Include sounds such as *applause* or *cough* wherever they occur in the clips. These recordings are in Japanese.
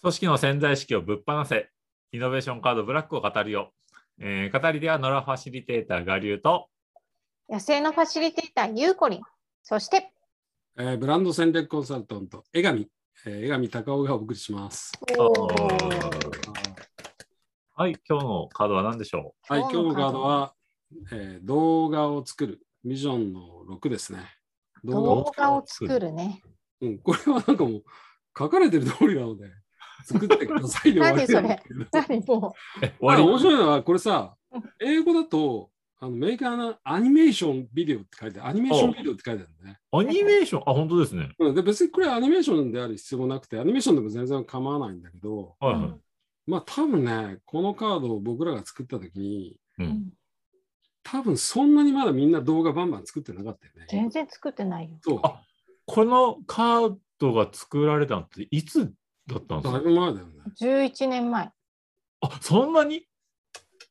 組織の潜在意識をぶっ放せ、イノベーションカードブラックを語るよ。えー語りでは、ノラファシリテーター我流と、野生のファシリテーター、ゆうこりん。そして、えーブランド戦略コンサルタント、江上、えー江上隆夫がお送りします。おーはい、今日のカードは何でしょはい、今今日日ののカカーードドはは、えー動画を作る、ミジョンの6ですね。動動画を作るね。画、うん、これはなんかもう、書かれてる通りなので、作ってくださいで何終わりなんだけど何 *laughs* もうえ、まあ終わ面り白いのは、これさ、英語だと、あのメーカーのアニメーションビデオって書いてある、アニメーションビデオって書いてあるんだね。アニメーション、あ、本当ですね。うんで別にこれアニメーションである必要もなくて、アニメーションでも全然構わないんだけど、はいうはい。んまあ多分ね、このカードを僕らが作った時に、ううんん多分そんなにまだみんな動画バンバン作ってなかったよね。全然作ってないよ。そう。あこのカードが作られたのっていつだったんですだかいぶ前だよね。 11年前。あ、そんなに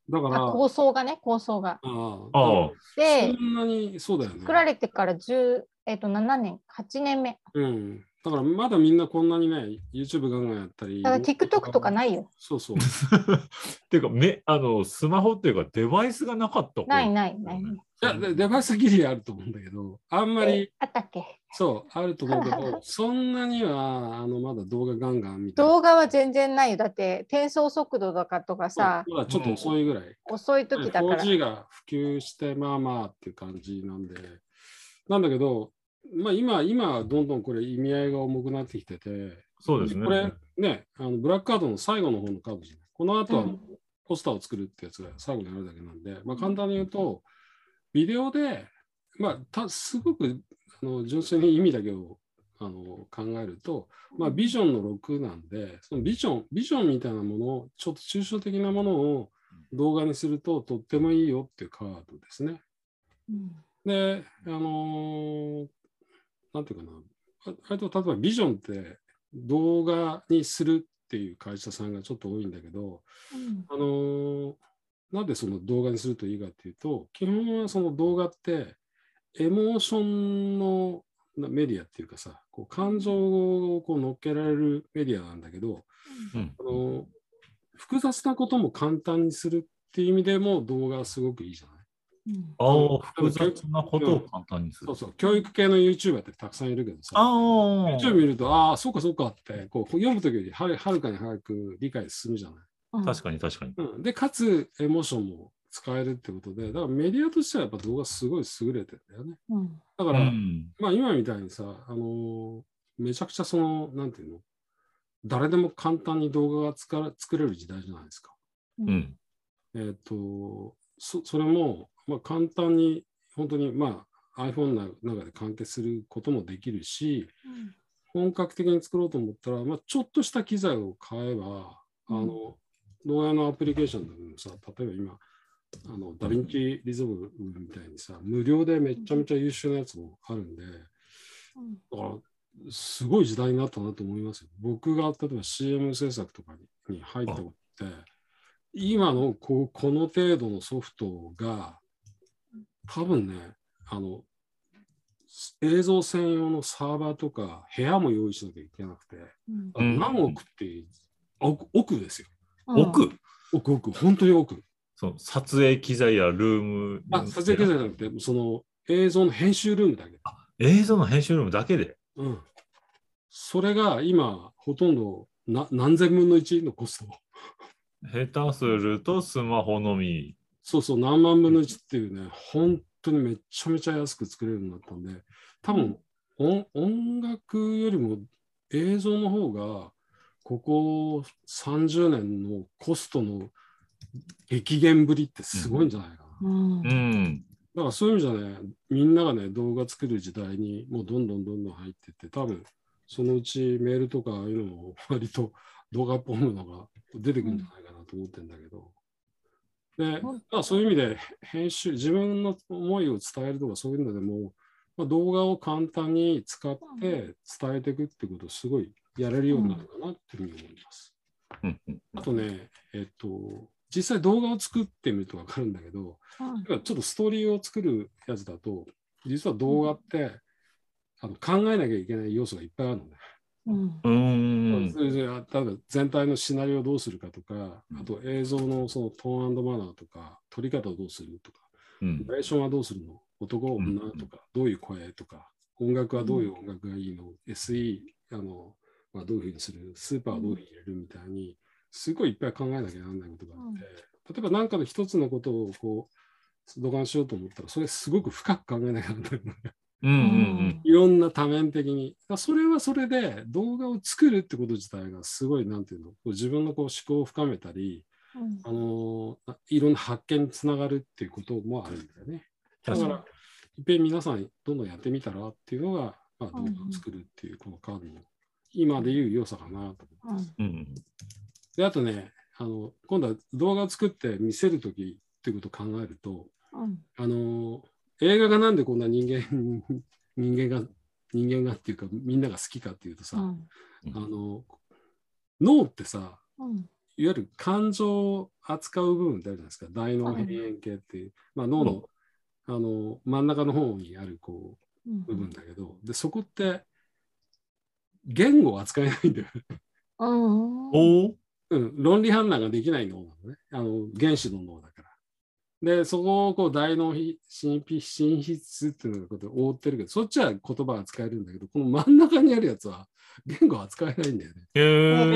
だから、あ構想がね、構想が。あああ、あでそ、んなにそうだよね。作られてから10、えっと7年、8年目。うん。だからまだみんなこんなにね、YouTube ガンガンやったり。だから TikTok とかい。ないよ。そうそう。 *laughs* っていうか、めあのスマホっていうか、デバイスがなかった頃ないないない。いや、でデバイスギリあると思うんだけど、あんまりえ、あったっけそう、あると思うけど、そんなには、あの、まだ動画ガンガンみたいな。動画は全然ないよ。だって、転送速度とかとかさ、まだちょっと遅いぐらい。遅い時だから。 4G が普及して、まあまあっていう感じなんで、なんだけど、まあ今、今、どんどんこれ意味合いが重くなってきてて、そうですね。これね、あのブラックカードの最後の方のカードじゃない。この後はうんポスターを作るってやつが最後にあるだけなんで、まあ簡単に言うと、ビデオで、まあたすごくあの純粋に意味だけをあの考えると、まあ、ビジョンの6なんで、そのビジョン、ビジョンみたいなものを、ちょっと抽象的なものを動画にするととってもいいよっていうカードですね。うんで、あのーなんていうかな、ああと例えばビジョンって動画にするっていう会社さんがちょっと多いんだけど、うんあのーなんでその動画にするといいかっていうと、基本はその動画って、エモーションのなメディアっていうかさ、こう感情をこう乗っけられるメディアなんだけど、うんあのー複雑なことも簡単にするっていう意味でも動画はすごくいいじゃない。うんああ、複雑なことを簡単にする。そうそう、教育系の YouTuber ってたくさんいるけどさ、ああ、 YouTube 見ると、ああ、そうかそうかって、こう読むときよりはるはるかに早く理解進むじゃない。確かに確かに。うん、で、かつ、エモーションも使えるってことで、だからメディアとしてはやっぱ動画すごい優れてるんだよね。うんだかうら、ん、まあ今みたいにさ、あのーめちゃくちゃその、なんていうの、誰でも簡単に動画がつか作れる時代じゃないですか。ううんん、えっ、と、そそれも、まあ、簡単に、本当に、まあ、iPhone の中で完結することもできるし、本格的に作ろうと思ったら、まあ、ちょっとした機材を買えば、あうんの、動画のアプリケーションでもさ、例えば今、あのダヴィンチリゾルブみたいにさ、無料でめちゃめちゃ優秀なやつもあるんで、だうんから、すごい時代になったなと思いますよ。僕が例えば CM 制作とかにに入ったことって、今のこうこの程度のソフトが、多分ね、あの、映像専用のサーバーとか部屋も用意しなきゃいけなくて、うんうん何億っていう、奥奥ですよ。奥、奥奥、本当に奥。その撮影機材やルーム、あ、撮影機材じゃなくて、その映像の編集ルームだけ。映像の編集ルームだけで。うん。それが今、ほとんどな何千分の1のコスト。 *laughs* 下手するとスマホのみ。そうそう、何万分の1っていうね、本当にめちゃめちゃ安く作れるようになったんで、多分、音音楽よりも映像の方が、ここ30年のコストの激減ぶりってすごいんじゃないかな。うんうん。だからそういう意味じゃね、みんながね、動画作る時代にもうどんどんどんどん入ってって、多分そのうちメールとかああいうのも割と動画っぽいものが出てくるんじゃないかなと思ってるんだけど。で、まあ、そういう意味で編集、自分の思いを伝えるとかそういうのでも、まあ、動画を簡単に使って伝えていくってことをすごいやれるようになるかなっていうふうに思います。うんうんあとね、えっと、実際動画を作ってみると分かるんだけど、うんちょっとストーリーを作るやつだと、実は動画って、あの考えなきゃいけない要素がいっぱいあるのね。うんうーんそ。れでただ全体のシナリオをどうするかとかうん、あと映像のそのトーンマナーとか、撮り方をどうするとか、うんナレーションはどうするの男、女とか、どういう声とか、音楽はどういう音楽がいいの、?SE、あの、まあ、どういうふうにするスーパーはどういうふうに入れるみたいに、すごいいっぱい考えなきゃならないことがあって、例えば何かの一つのことをこう、土管しようと思ったら、それすごく深く考えなきゃならない。 *laughs* うんうんいろんな多面的に。だからそれはそれで動画を作るってこと自体がすごい、なんていうの、こう自分のこう思考を深めたり、うんあのーあいろんな発見につながるっていうこともあるんだよね。だ確か、からにいっぺん皆さんどんどんやってみたらっていうのが、まあ、動画を作るっていうこのカードの今でいう良さかなと思います。うんで、あとね、あの今度は動画を作って見せるときっていうことを考えると、うんあのー映画がなんでこんな人間 *laughs* 人間が人間がっていうかみんなが好きかっていうとさ、うんあの脳ってさうんいわゆる感情を扱う部分ってあるじゃないですか大脳辺縁系っていう、まあ、脳の,、あの真ん中の方にあるこうんう部分だけどでそこって言語を扱えないんだよ、 *laughs* うんおおうん、論理判断ができない脳なのねあの原子の脳だから。でそこをこう大脳皮神秘神秘質っていうのがこうやって覆ってるけどそっちは言葉は扱えるんだけどこの真ん中にあるやつは言語は扱えないんだよね。へえ。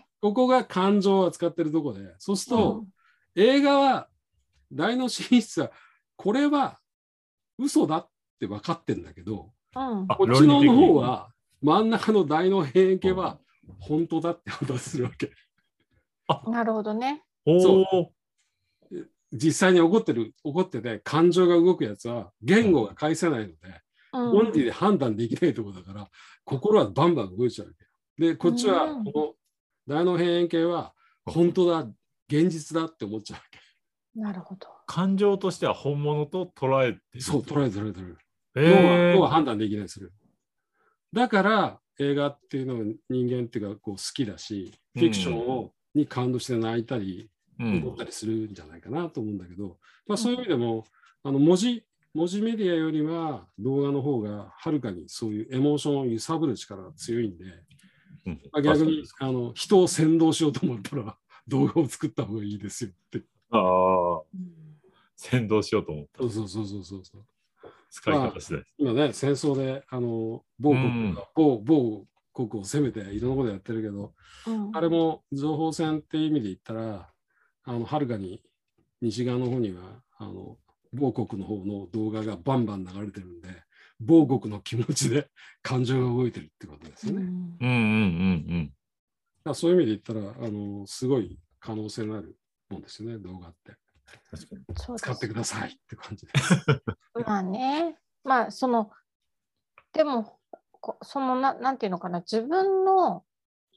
へここが感情を扱ってるとこで、そうすーると、映画は、大脳神室は、これは嘘だって分かってんだけど、うんあこっちの論理的に方は、真ん中の大脳変形は、本当だって話するわけ。なるほどね。おお。実際に起こってる、起こってて、感情が動くやつは、言語が返せないので、うん論理で判断できないところだから、心はバンバン動いちゃうわけよ。で、こっちはう、んこの大脳変形は、本当だ、現実だって思っちゃうわけ。なるほど。感情としては本物と捉えてる。そう、捉える捉える捉える。へ脳はえ脳は判断できないでする。だから映画っていうのを人間っていうかこう好きだし、うフんィクションをに感動して泣いたり、うん踊ったりするんじゃないかなと思うんだけど、まあ、そういう意味でも、あの文字、文字メディアよりは動画の方がはるかにそういうエモーションを揺さぶる力が強いんで、うんまあ、逆にあの人を先導しようと思ったら動画を作った方がいいですよって。ああ。先導しようと思った。そうそうそうそうそうそう。使い方次第です。今ね、戦争で、あの、某国が、うん某、某国を攻めて、いろんなことやってるけど、うんあれも情報戦っていう意味で言ったら、あの、はるかに西側の方には、あの、某国の方の動画がバンバン流れてるんで、某国の気持ちで *laughs* 感情が動いてるってことですよね。だうかんうんうんらそういう意味で言ったら、あの、すごい可能性のあるもんですよね、動画って。そうで使ってすくださいって感じで。まあね。まあそのでもこそのななんていうのかな自分の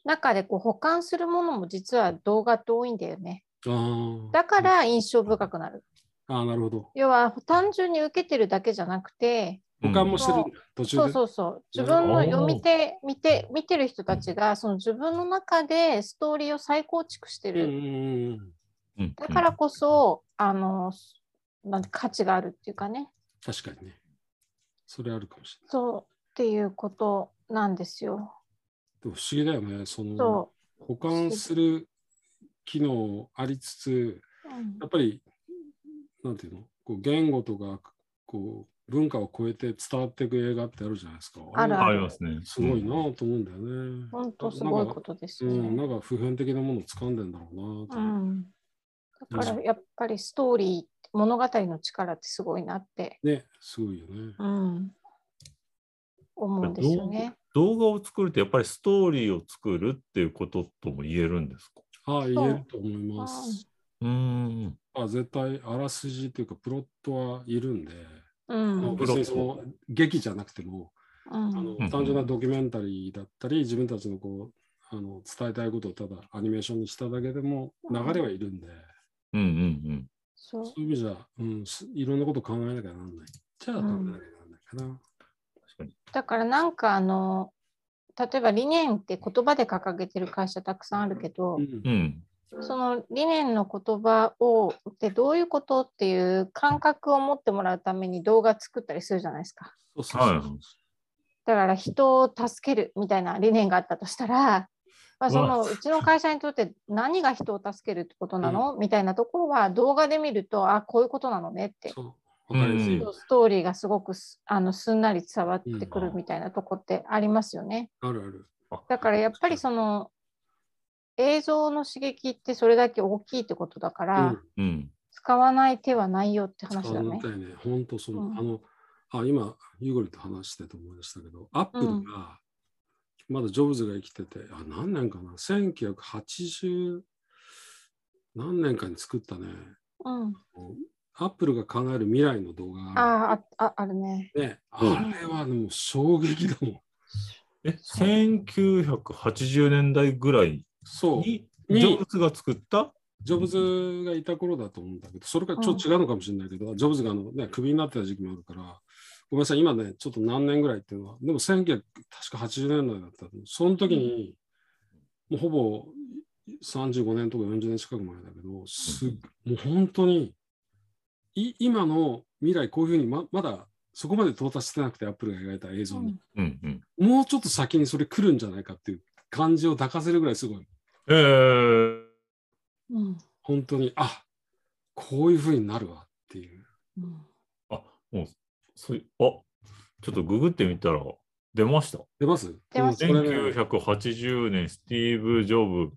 中でこう保管するものも実は動画って多いんだよね。あーだか、ら印象深くなる。あーなるほど。要は単純に受けてるだけじゃなくて、うん。保管もしてるんだ、途中そうで。そうそう。自分の読みて見て見てる人たちがその自分の中でストーリーを再構築してうんうる。んうんうん。うんだからこそ、あのなんて価値があるっていうかね。確かにね。それあるかもしれない。そうっていうことなんですよ。でも不思議だよね。そのそ保管する機能ありつつ、う。うんやっぱり、なんていうのこう言語とかこう文化を超えて伝わっていく映画ってあるじゃないですか。あるれありますね。すごいなと思うんだよね。本当すごいことですうよん、ね。なんか普遍的なものを掴んでんだろうなとう思う、ん、だからやっぱりストーリー、物語の力ってすごいなって、ね、すごいよね。うん、思うんですよね。動画を作るとやっぱりストーリーを作るっていうこととも言えるんですかああ、言えると思います。うーん。あ絶対あらすじというかプロットはいるんで、うんもうプ別ロットにその劇じゃなくても、うあんのうん単純なドキュメンタリーだったり、自分たちのこうあの伝えたいことをただアニメーションにしただけでも流れはいるんで、うんうんそうそういう意味じゃ、うん、すいろんなこと考えなきゃなんない。じゃあ、う考んえなきゃなんないかな。だからなんかあの例えば理念って言葉で掲げてる会社たくさんあるけどうん、うん。うん。その理念の言葉をでどういうことっていう感覚を持ってもらうために動画作ったりするじゃないですか。そうそうそうはだから人を助けるみたいな理念があったとしたら、まあ、そのうわうちの会社にとって何が人を助けるってことなの、みたいなところは動画で見るとあこういうことなのねってそう。わかりやすい。うんストーリーがすごくすあのすんなり伝わってくるみたいなとこってありますよね。あるある。だからやっぱりその映像の刺激ってそれだけ大きいってことだから、うん。使わない手はないよって話だあねみ。たいね。本当そうの、んあの、あ、今、ユーゴリと話してて思い出したけど、アップルが、まだジョブズが生きてて、あ、何年かな、1980何年かに作ったね、うん、アップルが考える未来の動画がある。あーあああるね。ね、あうんれはね、もう衝撃だもん。え、1980年代ぐらいそう。に、にジョブズが作ったジョブズがいた頃だと思うんだけど、それからちょっと違うのかもしれないけど、ジョブズがあの、ね、クビになってた時期もあるから、ごめんなさい、今ね、ちょっと何年ぐらいっていうのは、でも1900、確か80年代だったと思うその時に、もうほぼ35年とか40年近く前だけど、すっもう本当に、い今の未来、こういうふうにままだそこまで到達してなくて、アップルが描いた映像に、うんうん。もうちょっと先にそれ来るんじゃないかっていう感じを抱かせるぐらいすごい。えー、うん本当にあこういうふうになるわっていううんあ、もう、それ、あ、ちょっとググってみたら出ました。出ます出ますうんそれね1980年、スティーブ・ジョブ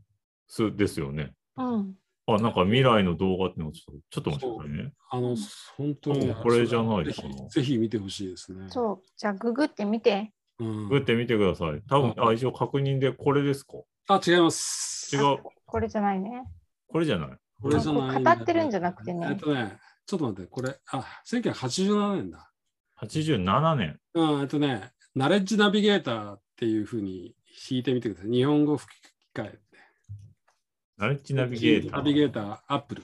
スですよね。うんあ、なんか未来の動画ってのをちょっと、ちょっと待ってくださいね。あの本当にあこれじゃないかなぜひぜひ見てほしいですねそうじゃあググってみて。う、んググってみてください。多分、あ、一応確認でこれですかあ違います違あう。ここれじゃないね。これじゃない。これじゃないんあだこう語ってるんじゃなくてねえっとねちょっと待ってこれあ1987年だ87年。うんえっとねナレッジナビゲーターっていうふうに弾いてみてください日本語吹き替えてナレッジナビゲーター。ナビゲーターアップル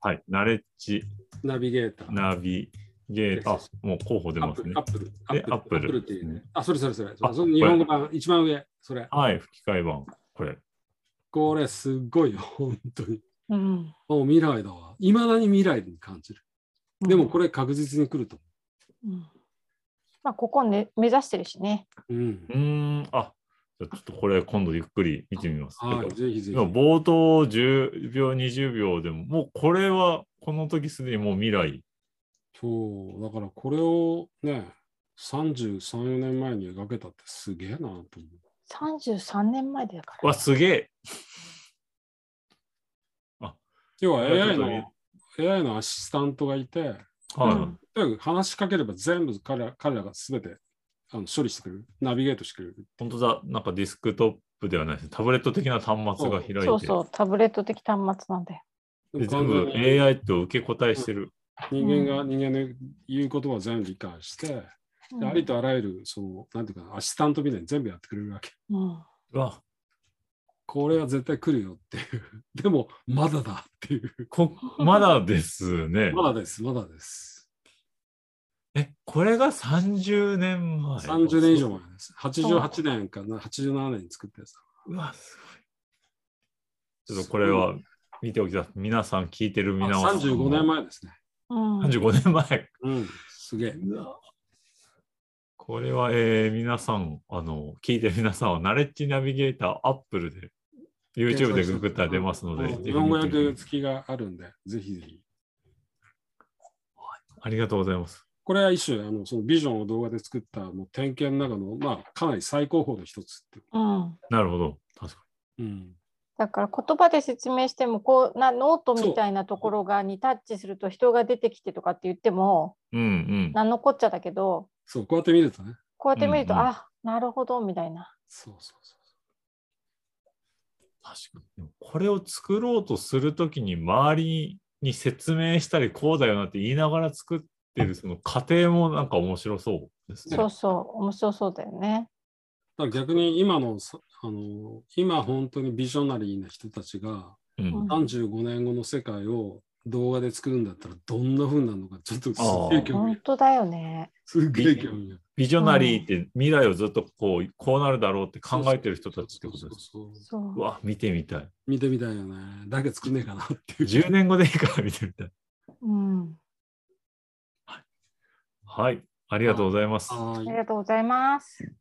はい。ナレッジナビゲーターナビゲーター。あ、もう候補出アッまプすねルア。ップルアでップ Apple ルアップルっていうでねすあそれそれそれあその日本語版一番上それはい。吹き替え版。これ。これすごいよ、 *laughs* 本当に。うん、もう未来だわ。いまだに未来に感じる。でもこれ確実に来るとうん、まあここ、ね、目指してるしね。思う。うんう。ーん。あ、じゃあちょっとこれ今度ゆっくり見てみます。はい、ぜひぜひ。今冒頭10秒、20秒でも、もうこれはこの時すでにもう未来。そう、だからこれをね、33、4年前に描けたってすげえなと思う。 33年前だから。わ、すげえ。要はありがとう AI ございまの、AI のアシスタントがいて、はい。うんとにかく話しかければ全部彼ら彼らが全てあの処理してくれる。ナビゲートしてくれる。本当だ。なんかディスクトップではないですね。タブレット的な端末が開いて。そうそう、タブレット的端末なんで。でで全も完部全に AI と受け答えしてる。人間が人間の言うことは全部理解して、うんでありとあらゆる、その、なんていうかな、アシスタントみたいに全部やってくれるわけ。うんうわ、これは絶対来るよっていう。でも、まだだっていう。こまだですね。 *laughs* まだです、まだです。え、これが30年前。 30年以上前です。88年かな、87年に作ったやつだ。うわ、すごい。ちょっとこれは見ておきたい。皆さん聞いてるあ皆さん。 35年。前ですね。うん35年前。うん、すげえ。これは、えー皆さん、あの、聞いてる皆さんは、ナレッジナビゲーターアップルで、YouTube でググったら出ますので、うんぜ日ひ本語見てみて訳付きがあるんで、ぜひぜひ。ありがとうございます。これは一種、あのそのビジョンを動画で作った、もう点検の中の、まあ、かなり最高峰の一つっていうう。んなるほど。確かうん。だから言葉で説明してもこうなノートみたいなところがにタッチすると人が出てきてとかって言ってもに。うんうん。何のこっちゃだけどそう、こうやって見るとね。こうやって見ると、うんうんあなるほどみたいな。そうそうそう。確かにでもこれを作ろうとするときに周りに説明したりこうだよなって言いながら作ってるその過程もなんか面白そうですね。そうそう面白そうだよね。だから逆に今のさあの今本当にビジョナリーな人たちがうん、 35年後の世界を動画で作るんだったらどんな風になるのかちょっとすっげえ興味あ本る当だよね。すっげえ興味あるビジョナリーって未来をずっとこうこうなるだろうって考えてる人たちってことです。そうそうそうそううわ見てみたい。見てみたいよねだけど作んねえかなっていう10年後でいいから見てみたい。うん、はい。ありがとうございます。はーいありがとうございます。